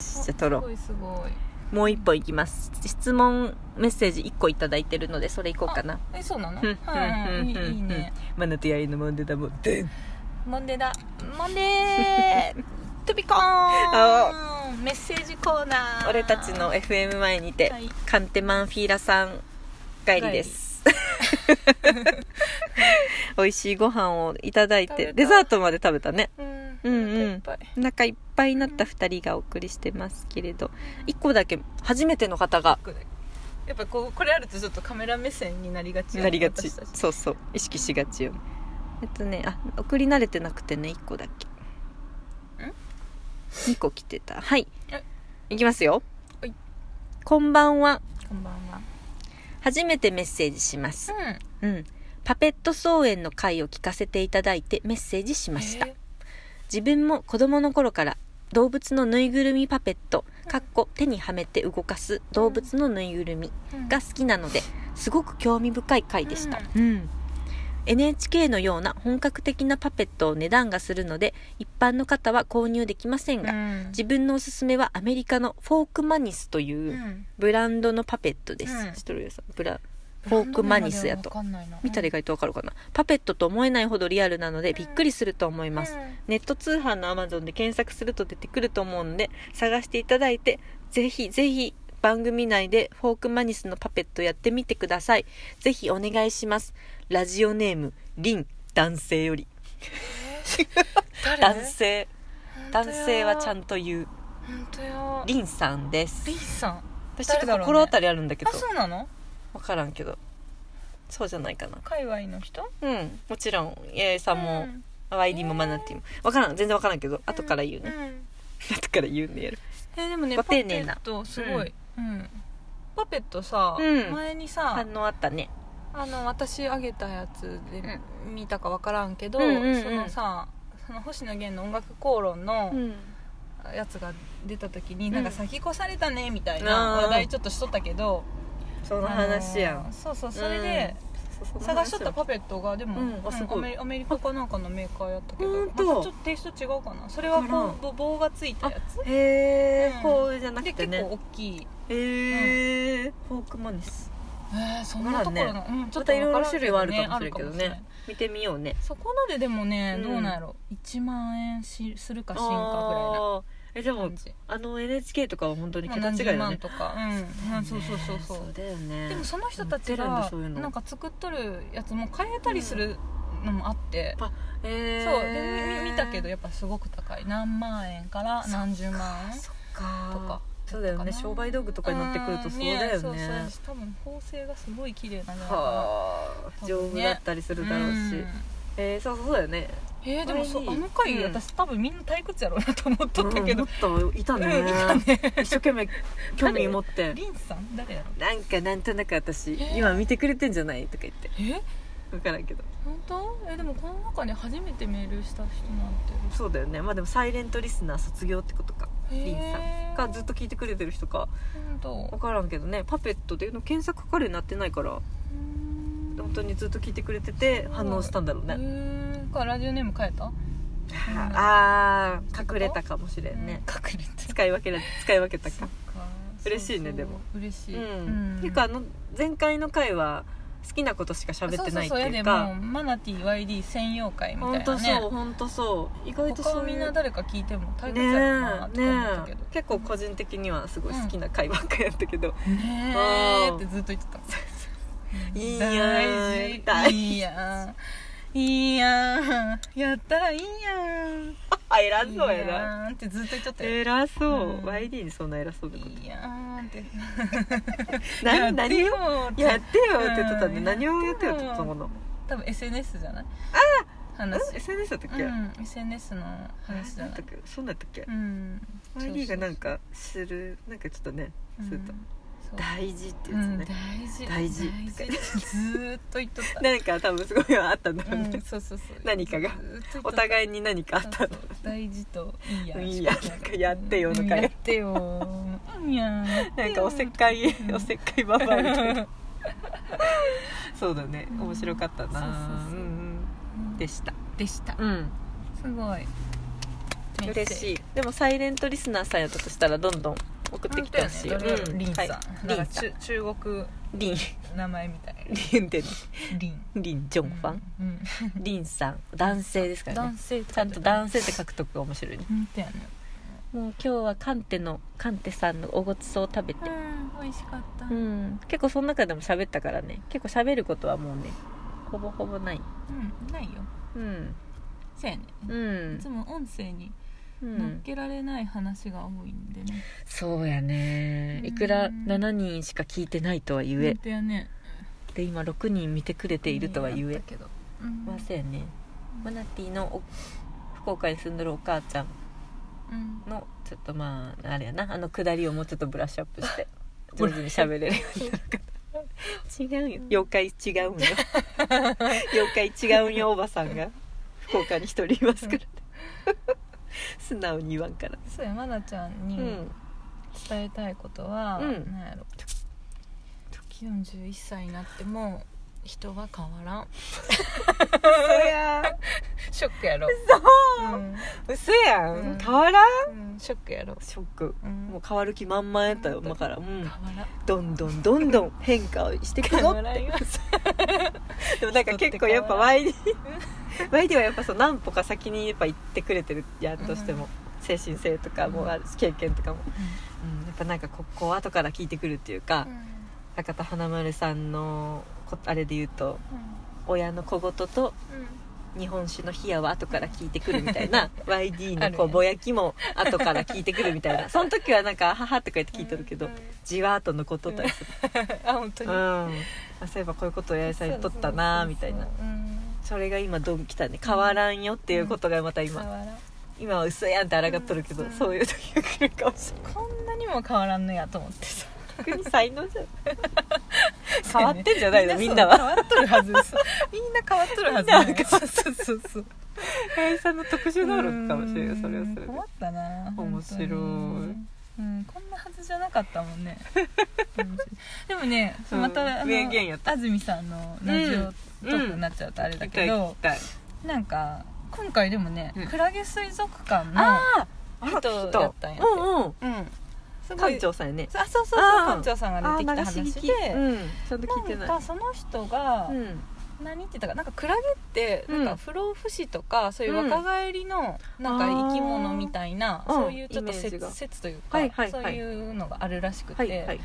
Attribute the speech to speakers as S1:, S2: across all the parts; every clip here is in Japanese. S1: じゃあ撮ろ
S2: すごいすごいう
S1: もう一本いきます質問メッセージ1個いただいてるのでそれいこうかな
S2: えそうなの
S1: ふん
S2: は
S1: ふ
S2: い
S1: ん
S2: いい
S1: ふんふん
S2: いいね
S1: マナとヤリのモンデダモンデ
S2: モンデだモンデ ートビコーンメッセージコーナー
S1: 俺たちの FM 前にて、
S2: はい
S1: カンテマンフィーラさん帰りです 美味しいご飯をいただい
S2: 食べ
S1: て
S2: た
S1: デザートまで食べたね
S2: うん
S1: うんうん
S2: いっぱい
S1: お腹いっぱいになった2人がお送りしてますけれど1個だけ初めての方が
S2: やっぱこうこれあるとちょっとカメラ目線になりがちよね
S1: なりがち
S2: 私たち
S1: そうそう意識しがちよえっとねあ送り慣れてなくてね1個だけ2個来てたはい
S2: え
S1: いきますよ
S2: はい
S1: こんばんは
S2: こんばんは
S1: 初めてメッセージします
S2: うん
S1: うん、パペット草園の回を聞かせていただいてメッセージしました、
S2: えー
S1: 自分も子供の頃から動物のぬいぐるみパペットかっこ手にはめて動かす動物のぬいぐるみ
S2: うん
S1: が好きなのですごく興味深い回でした、うん、NHK のような本格的なパペットを値段がするので一般の方は購入できません
S2: う
S1: が、
S2: ん
S1: 自分のおすすめはアメリカのフォークマニスというブランドのパペットです、
S2: うん
S1: 知っとるよさんブラフォークマニスやと
S2: わかんないな
S1: 見たら意外とわかるかなパペットと思えないほどリアルなのでびっくりすると思い
S2: うん
S1: ます
S2: うん
S1: ネット通販の Amazon で検索すると出てくると思うんで探していただいてぜひぜひ番組内でフォークマニスのパペットやってみてくださいぜひお願いしますラジオネームリン男性より
S2: 誰
S1: 男性
S2: 本当や
S1: 男性はちゃんと言う
S2: 本当よ
S1: リンさんです
S2: リンさん
S1: 私ちょっと
S2: 誰だろうね
S1: 心当たりあるんだけど
S2: あそうなの
S1: 分からんけどそうじゃないかな
S2: 界隈の人
S1: うんもちろん八重さんも、
S2: うん
S1: ワイリーもマナティーも分からん全然分からんけど後から言うね、
S2: ん
S1: 後から言うねやる
S2: えーでもね
S1: ご
S2: パ
S1: 丁
S2: ペ
S1: 寧な
S2: ットすごいうんパペットさ
S1: うん
S2: 前にさ
S1: 反応あったね
S2: あの私あげたやつで見たか分からんけど
S1: う
S2: そ
S1: んうんうん
S2: のさその星野源の音楽口論の
S1: ん
S2: やつが出た時に
S1: ん
S2: なんか先越されたねみたいな
S1: あー
S2: 話題ちょっとしとったけど
S1: そ
S2: そ
S1: の話やん
S2: そうそうそれで探しとったパペットがでも
S1: う
S2: うん
S1: あ
S2: ん
S1: すごい
S2: アメリアメリカかなんかのメーカーやったけど
S1: ほん
S2: また
S1: と
S2: ちょっとテイスト違うかなそれは
S1: あら
S2: こう棒がついたやつ
S1: へえ、
S2: うん
S1: こうじゃな
S2: で
S1: くて
S2: 結
S1: ね
S2: 構大きい
S1: へえ、フォークマネス
S2: えー、そんなところ
S1: わ
S2: の、うん、ちょ
S1: ま
S2: っと
S1: たいろいろ
S2: わらん
S1: 種
S2: け
S1: 類
S2: ど
S1: はあるかもしれんけどね
S2: あるかもし
S1: 見てみようね
S2: れんそこまででもね、
S1: うん
S2: どうなんやろ1万円しするかしんか
S1: あーえで
S2: ぐらい
S1: も
S2: な感じ
S1: あの NHK とかは本当に
S2: まあ
S1: 桁
S2: 何
S1: 違い
S2: 十
S1: だ
S2: 万
S1: ね
S2: とか、うん、うんそうそうそうそう
S1: そうだよね
S2: でもその人たち
S1: 売って
S2: が
S1: るんだそういうの
S2: なんか作っとるやつも変えたりするのもあって、
S1: へ
S2: そう
S1: え
S2: でみ見たけどやっぱすごく高い何万円から
S1: そっか
S2: 何十万円
S1: そっか
S2: とか
S1: そうだよね
S2: かな
S1: 商売道具とかになってくるとそうだよね
S2: んそうそうし多分縫製がすごい綺麗なんじゃないか
S1: はあ
S2: 多分ね
S1: 丈夫だったりするだろうし、
S2: なうん
S1: えー、そうそうだよね
S2: えー、でもそ
S1: 前
S2: う
S1: に
S2: あの回、
S1: うん
S2: 私多分みんな退屈やろうなと思っとったけど、
S1: うんもっといたね,、
S2: うんいた
S1: 一生懸命興味持って
S2: リンさん誰やろ
S1: なんかなんとなく私
S2: え
S1: 今見てくれてんじゃないとか言って
S2: え
S1: 分からんけど
S2: 本当えでもこの中に初めてメールした人なんて
S1: そうだよねまあでもサイレントリスナー卒業ってことかリンさんがずっと聞いてくれてる人か
S2: 本当
S1: 分からんけどねパペットでいうの検索かかるようになってないから本当にずっと聞いてくれてて反応したんだろうね、
S2: えー、かラジオネーム変えた、
S1: あー隠れたかもしれんね、
S2: 隠れて
S1: 使い分けら使い分けたか嬉
S2: 嬉
S1: しいねでも
S2: 嬉し
S1: う
S2: い、
S1: んっていうかあの前回の回は好きなことしか喋ってないって
S2: そうそうそうや
S1: い
S2: で
S1: う
S2: もう
S1: か
S2: マナティー YD 専用会みたいな
S1: 本
S2: ね
S1: 当そう本当そう意外と
S2: 他
S1: そ
S2: を
S1: う
S2: み
S1: い
S2: ん
S1: う
S2: な誰か聞いても退屈
S1: ね
S2: やろうな
S1: え
S2: とか思った
S1: ね
S2: け
S1: え
S2: ど、
S1: 結構個人的にはすごい好きな会ばっかやったけど、
S2: ねえってずっと言ってた
S1: いいやん
S2: 大事いいやんいいやんやったらいいやん
S1: あ偉そうやな
S2: なってずっと言っとったよ
S1: 偉そう、
S2: うん
S1: YD にそんな偉そうなこ
S2: いいやんって
S1: とな
S2: やって
S1: 何を
S2: よって
S1: やってよって言ってたんで
S2: うん
S1: 何をやってよって
S2: や
S1: 言って
S2: っ
S1: た
S2: よ
S1: もの
S2: 多分 SNS じゃないあ話
S1: え SNS だったっ
S2: う
S1: け、
S2: ん SNS の話じゃ
S1: なん
S2: な
S1: だ
S2: い
S1: っけそうなんだったっけ
S2: う、ん
S1: YD がなんかするなんかちょっとね
S2: うん
S1: すると
S2: そう
S1: 大事って
S2: う
S1: やつ
S2: ん
S1: ね
S2: 大、事
S1: 大事
S2: 大事ずーっと言っと った
S1: 何か多分すごいあったんだろうね、
S2: うんそうそうそう
S1: 何かが
S2: ずーっと言っとった
S1: お互いに何かあっ
S2: そ
S1: た
S2: うそう大事といいや
S1: いいや
S2: しか
S1: なんかやってよの
S2: うん
S1: 会
S2: やってよいや
S1: なんかおせっかい、おせっかいババアみたいなそうだね面白かったな
S2: そうそうそうん
S1: うんでした
S2: でした
S1: うん
S2: すごいメッセージ
S1: 嬉しいでもサイレントリスナーさんやったとしたらどんどん送ってきてほしいよ、
S2: 本当やね
S1: うん
S2: リンさん、
S1: は
S2: なんか
S1: リンさん
S2: 中中国
S1: リン
S2: 名前みたい
S1: リンってね
S2: リン
S1: リンジョンファン、、
S2: うんうん
S1: リンさん男性ですからね
S2: 男性
S1: ちゃんと
S2: 男
S1: 男性って書くとこが面白いね
S2: 本当やね
S1: もう今日はカンテのカンテさんのおごちそうを食べて
S2: うん美味しかった、
S1: う
S2: うん
S1: ん結構その中でも喋ったからね結構喋ることはもうねほぼほぼない
S2: ないよ
S1: うん
S2: そうやね、
S1: うん
S2: いつも音声に
S1: う
S2: 乗っ
S1: ん
S2: けられない話が多いんでね、
S1: そうやね
S2: うん
S1: いくら7人しか聞いてないとはいえ
S2: 本当やね
S1: で今6人見てくれているとは言え
S2: やったけど、うん
S1: ませんねマナティのお福岡に住んでるお母ちゃん
S2: うん
S1: のちょっとまああれやなあの下りをもうちょっとブラッシュアップして 上手に喋れるようにな るから違うよ妖怪違 うんよ妖怪違うんよおばさんが福岡に一人いますから 素直に言わんから
S2: そうやまなちゃ
S1: う
S2: んに
S1: ん
S2: 伝えたいことは、
S1: うん
S2: なんやろ41歳になっても人は変わらん
S1: 嘘や
S2: ショックやろ、
S1: そ
S2: うん
S1: 嘘や
S2: ん
S1: 変わらん
S2: うんショックやろ、
S1: ショック
S2: うん
S1: もう変わる気満々やったよだからう
S2: 変
S1: ん
S2: わらん
S1: どんどんどんどん変化をしてくぞ
S2: 変わ
S1: っ
S2: ら
S1: て
S2: んよ
S1: でもなんか結構やっぱ YD YD はやっぱそう何歩か先にやっぱ行ってくれてるやんとしても、精神性とかもあるし経験とかも、うん、やっぱなんかここ後から聞いてくるっていうか、博多華丸さんのこあれで言うと親の小言と日本酒の冷やは後から聞いてくるみたい な YD のこ
S2: あ
S1: う
S2: るね
S1: ぼやきも後から聞いてくるみた いなその時はなんか「母」とか言 って聞いとるけど、
S2: うんうん
S1: じわーっと残っとったりする、
S2: あ本当
S1: うん
S2: に、
S1: あそういえばこういうことをやりされとったなーみたいな
S2: そうそうそううん
S1: それが今ドン来たね変わらんよっていうことがまた今、
S2: 変わらん
S1: 今は嘘やんって抗っとるけど、
S2: うん
S1: そういう時が来るかも しれない
S2: こんなにも変わらんのやと思ってさ
S1: 逆に才能じゃん変わってんじゃないのみんな
S2: そう
S1: は
S2: 変わっとるはず そうみんな変わっとるはず
S1: みんなは
S2: そうそうそうそう
S1: 林さんの特殊能力かもしれないそれはそれで
S2: 困ったな
S1: 面白い
S2: 本当にうんこんなはずじゃなかったも んねうんでもね
S1: うん
S2: またあの
S1: 名言やった
S2: 安住さんのラジオトークになっちゃうとあれだけど
S1: たい
S2: なんか今回でもね
S1: うん
S2: クラゲ水族館の
S1: ああ
S2: 人やったんやって
S1: うんうん
S2: うんすごい
S1: 館長さんやね
S2: あそうそうそう
S1: あー
S2: 館長さんが出てきた
S1: あー流
S2: 話
S1: し聞
S2: で
S1: きうんちゃんと聞いて
S2: な
S1: なんい
S2: かその人が
S1: うん
S2: 何言ってたかなんかクラゲって
S1: う
S2: なんんか不老不死とかそういう
S1: うん
S2: 若返りのなんか生き物みたいな
S1: あー
S2: そういうちょっと
S1: うんイメージが
S2: 説説という
S1: はいは
S2: か
S1: い
S2: そう
S1: はい
S2: いうのがあるらしく
S1: はいはいはい
S2: て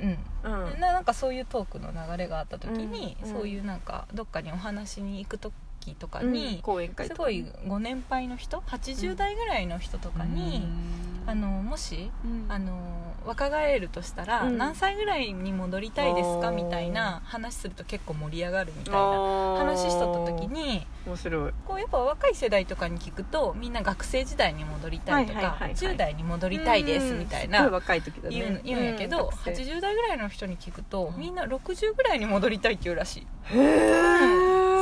S2: うん
S1: はいうん
S2: ななんかそういうトークの流れがあった時に
S1: うん
S2: そういうなんかどっかにお話に行く時とか
S1: うん
S2: に
S1: 講演会
S2: す
S1: と
S2: ご
S1: か
S2: いご年配の人80代ぐらいの人とかに
S1: うん
S2: あのもし
S1: うん
S2: あの若返るとしたら、
S1: うん
S2: 何歳ぐらいに戻りたいです
S1: おー
S2: かみたいな話すると結構盛り上がるみたいな
S1: あー
S2: 話しとった時に
S1: 面白い
S2: こうやっぱ若い世代とかに聞くとみんな学生時代に戻りたいとか、
S1: はいはいはいはい
S2: 10代に戻りたいですみたいな。
S1: うんすっご若い時だね
S2: 言う言うんやけ
S1: うん
S2: ど、
S1: 学生
S2: 80代ぐらいの人に聞くと
S1: うん
S2: みんな60ぐらいに戻りたいって言うらしい、
S1: へ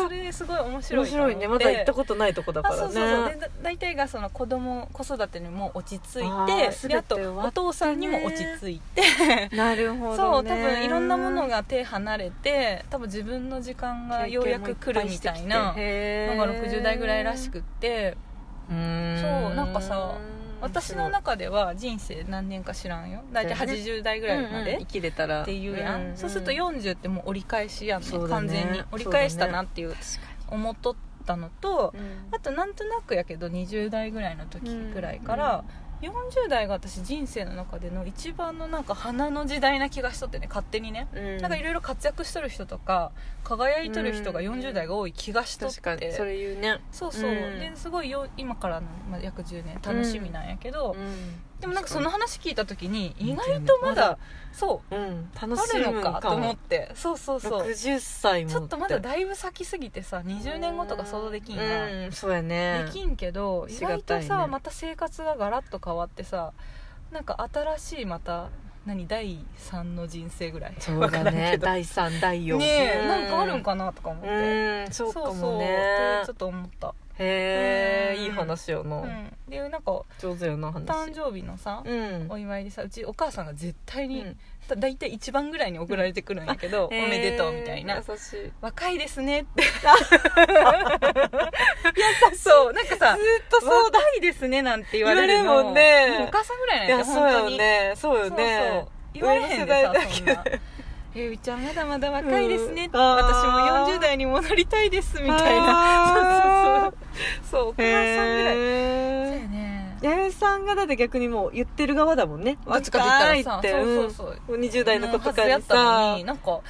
S2: それですごい面白
S1: 面
S2: いと
S1: 白
S2: 思って
S1: いねまだ行ったことないとこだからね
S2: あそうそうそうでだ大体がその子供子育てにも落ち着い
S1: あー
S2: てであ
S1: 全て終わ
S2: と
S1: ってね
S2: お父さんにも落ち着いて、
S1: なるほ
S2: そ
S1: ど、
S2: う
S1: ね、
S2: 多分いろんなものが手離れて多分自分の時間がようやく来るみたいなの
S1: の
S2: が60代ぐらいらしくって
S1: そう
S2: そうなんかさ私の中では人生何年か知らんよ大体
S1: だよね
S2: 80代ぐらいまで
S1: 生きれたら
S2: っていうやん、
S1: んん
S2: そうすると40ってもう折り返しやんね
S1: そうだね
S2: 完全に折り返したなっていう
S1: 確か
S2: 思っとったのと、
S1: に、うん
S2: あとなんとなくやけど20代ぐらいの時ぐらいから、40代が私人生の中での一番のなんか花の時代な気がしとってね勝手にね、
S1: うん
S2: なんかいろいろ活躍しとる人とか輝いとる人が
S1: うん
S2: 40代が多い気がしとって、
S1: 確かにそれ言うね、
S2: そうそう、
S1: うん
S2: ですごいよ今からの、まあ、約10年楽しみなんやけど、でもなんかその話聞いた時に
S1: うん
S2: 意外とま
S1: まだ
S2: だそう
S1: うん楽
S2: あ
S1: し
S2: る
S1: む
S2: の
S1: んか
S2: かと思ってそうそうそう
S1: 60歳も
S2: ちょっとまだ
S1: て
S2: だいぶ先すぎてさ20年後とか想像できんや、
S1: うんそうやね
S2: できんけど意
S1: しが
S2: 外
S1: たい
S2: と
S1: ね
S2: さ、また生活がガラッと変わってさなんか新しいまた何第3の人生ぐらい
S1: そう
S2: わか
S1: だ
S2: らんけ
S1: ね
S2: ど
S1: 第3第4
S2: ねえなんかあるんかなとか思って
S1: うんそうかもね
S2: そうそうってちょっと思った
S1: へへ
S2: う
S1: え
S2: ん
S1: いい話やな、
S2: うん、でなんか
S1: 上手やな話
S2: 誕生日のさ、
S1: うん
S2: お祝いでさうちお母さんが絶対
S1: う
S2: に、
S1: ん
S2: だ大体一番ぐらいに送られてくるんやけど、おめでとうみたいな、
S1: へー優しい
S2: 若いですねって 優しそうなんかさ
S1: ずっとそうだ
S2: 若いですねなんて言われるの
S1: 言われるもんね
S2: うお母さんぐらい
S1: い
S2: なん
S1: や
S2: やて
S1: そう
S2: 本
S1: や
S2: 当
S1: よ
S2: に
S1: ねそうよね
S2: そうそう言われへんでさそ
S1: 上
S2: ん
S1: の世代だ
S2: な
S1: け
S2: 「えゆみちゃんまだまだ若いですね」
S1: うん
S2: 私も
S1: あー
S2: 40代に戻りたいです」み
S1: み
S2: たいな
S1: な
S2: そうお母さんぐらいそうや
S1: へえ
S2: ね
S1: 弥生さんがだって逆にもう言ってる側だもんね
S2: どっちかって言ったら
S1: 若
S2: さ
S1: いって
S2: そううんそうそう
S1: もう20代の子と
S2: はず
S1: か
S2: や
S1: に
S2: ったの
S1: さ
S2: になんか
S1: 本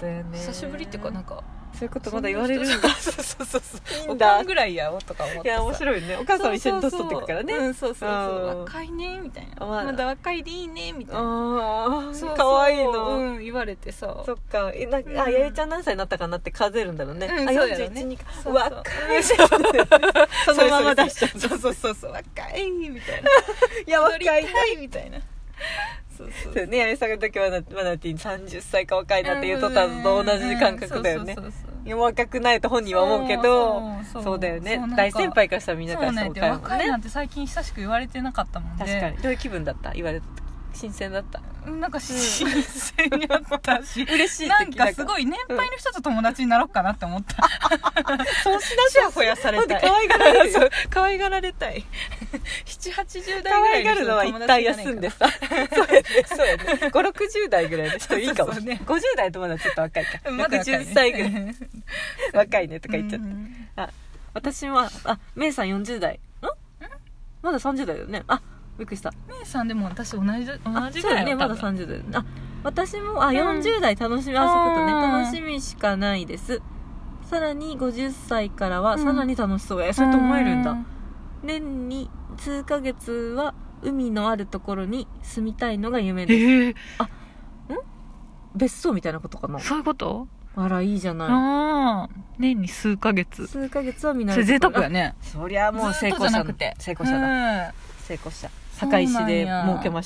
S1: 当やね
S2: 久しぶりっていうかなん
S1: か
S2: か
S1: そういうことまだ言われるんだ
S2: そんな人そうそうそ
S1: い
S2: う
S1: いん
S2: そ
S1: だ
S2: うおかんぐらいやわとか思っ
S1: い
S2: てさ
S1: や面白いねお母さんも一緒に年取ってくからね
S2: そうそうそう,、うん、そうそうそう
S1: うん
S2: 若いねみたいな
S1: まあ
S2: まだ若いでいいねみたいな
S1: あ
S2: そうそう
S1: あかわいいの、
S2: うん、言われてさ
S1: そっかえなんか、あ
S2: うん
S1: やいちゃん何歳になったかなって数えるんだろうね、
S2: うん
S1: あ
S2: そうやろうね
S1: 41にか
S2: そうそう
S1: 若いじゃんそのまま出しちゃう
S2: そうそうそうそう若いみたいな
S1: いや若
S2: 戻
S1: い
S2: りたいみたいなそうそ
S1: そうね、やめさんの時はなマナティー30歳か若いなって言うとったのと同じ感覚だよね
S2: そうそうそう
S1: いや若くないと本人は思うけど
S2: そ
S1: そう
S2: そうう
S1: だよね
S2: そうなんか
S1: 大先輩からしたらみんな
S2: そ
S1: から
S2: う
S1: した
S2: な
S1: ら
S2: んて
S1: 若いもん
S2: 若いな
S1: ね
S2: んて最近親しく言われてなかったもんね
S1: 確かにどういう気分だった言われた時新鮮だった
S2: になんか新鮮にあったし
S1: 嬉しい時
S2: なんかす
S1: い
S2: ごい年配の人と友達になろうかなって思った
S1: そうし
S2: ちやほやさ
S1: な
S2: れ
S1: んで
S2: たい
S1: 可愛がられるよ
S2: 可愛がられたい 780代
S1: 可愛
S2: ぐ
S1: が
S2: ら
S1: る
S2: い
S1: の
S2: 人と
S1: は
S2: 友
S1: 一旦
S2: 達になれんか
S1: 休んでさそうやねそうやね560代ぐらいの人いいかも
S2: そうそうね
S1: 50代とまだちょっと若いか
S2: まだ若いね
S1: 60歳ぐらい若いねとか言っちゃった
S2: うん
S1: 私はあメイさん40代んまだ30代だよねあびっくりした
S2: メイさんでも私同じ同
S1: あ
S2: じ
S1: そ
S2: ぐ
S1: うだ
S2: らい
S1: ね
S2: よ
S1: まだ
S2: 多分
S1: 30代だねあ私もあ
S2: ん
S1: 40代楽しみ、あそういうことね
S2: うん
S1: 楽しみしかないですさらに50歳からは
S2: うん
S1: さらに楽しそうや、そうやって思えるんだ、
S2: う
S1: 年に数ヶ月は海のあるところに住みたいのが夢です
S2: えー
S1: 別荘みたいなことかな
S2: そういうこと
S1: あらいいじゃな
S2: ああ年に数ヶ
S1: い
S2: 月
S1: 数ヶ月はみんな
S2: それ贅沢
S1: ね
S2: やね
S1: そりゃもう成功者
S2: ずっとじゃなくて
S1: 成功者だ
S2: だ
S1: 成功者堺市で儲けま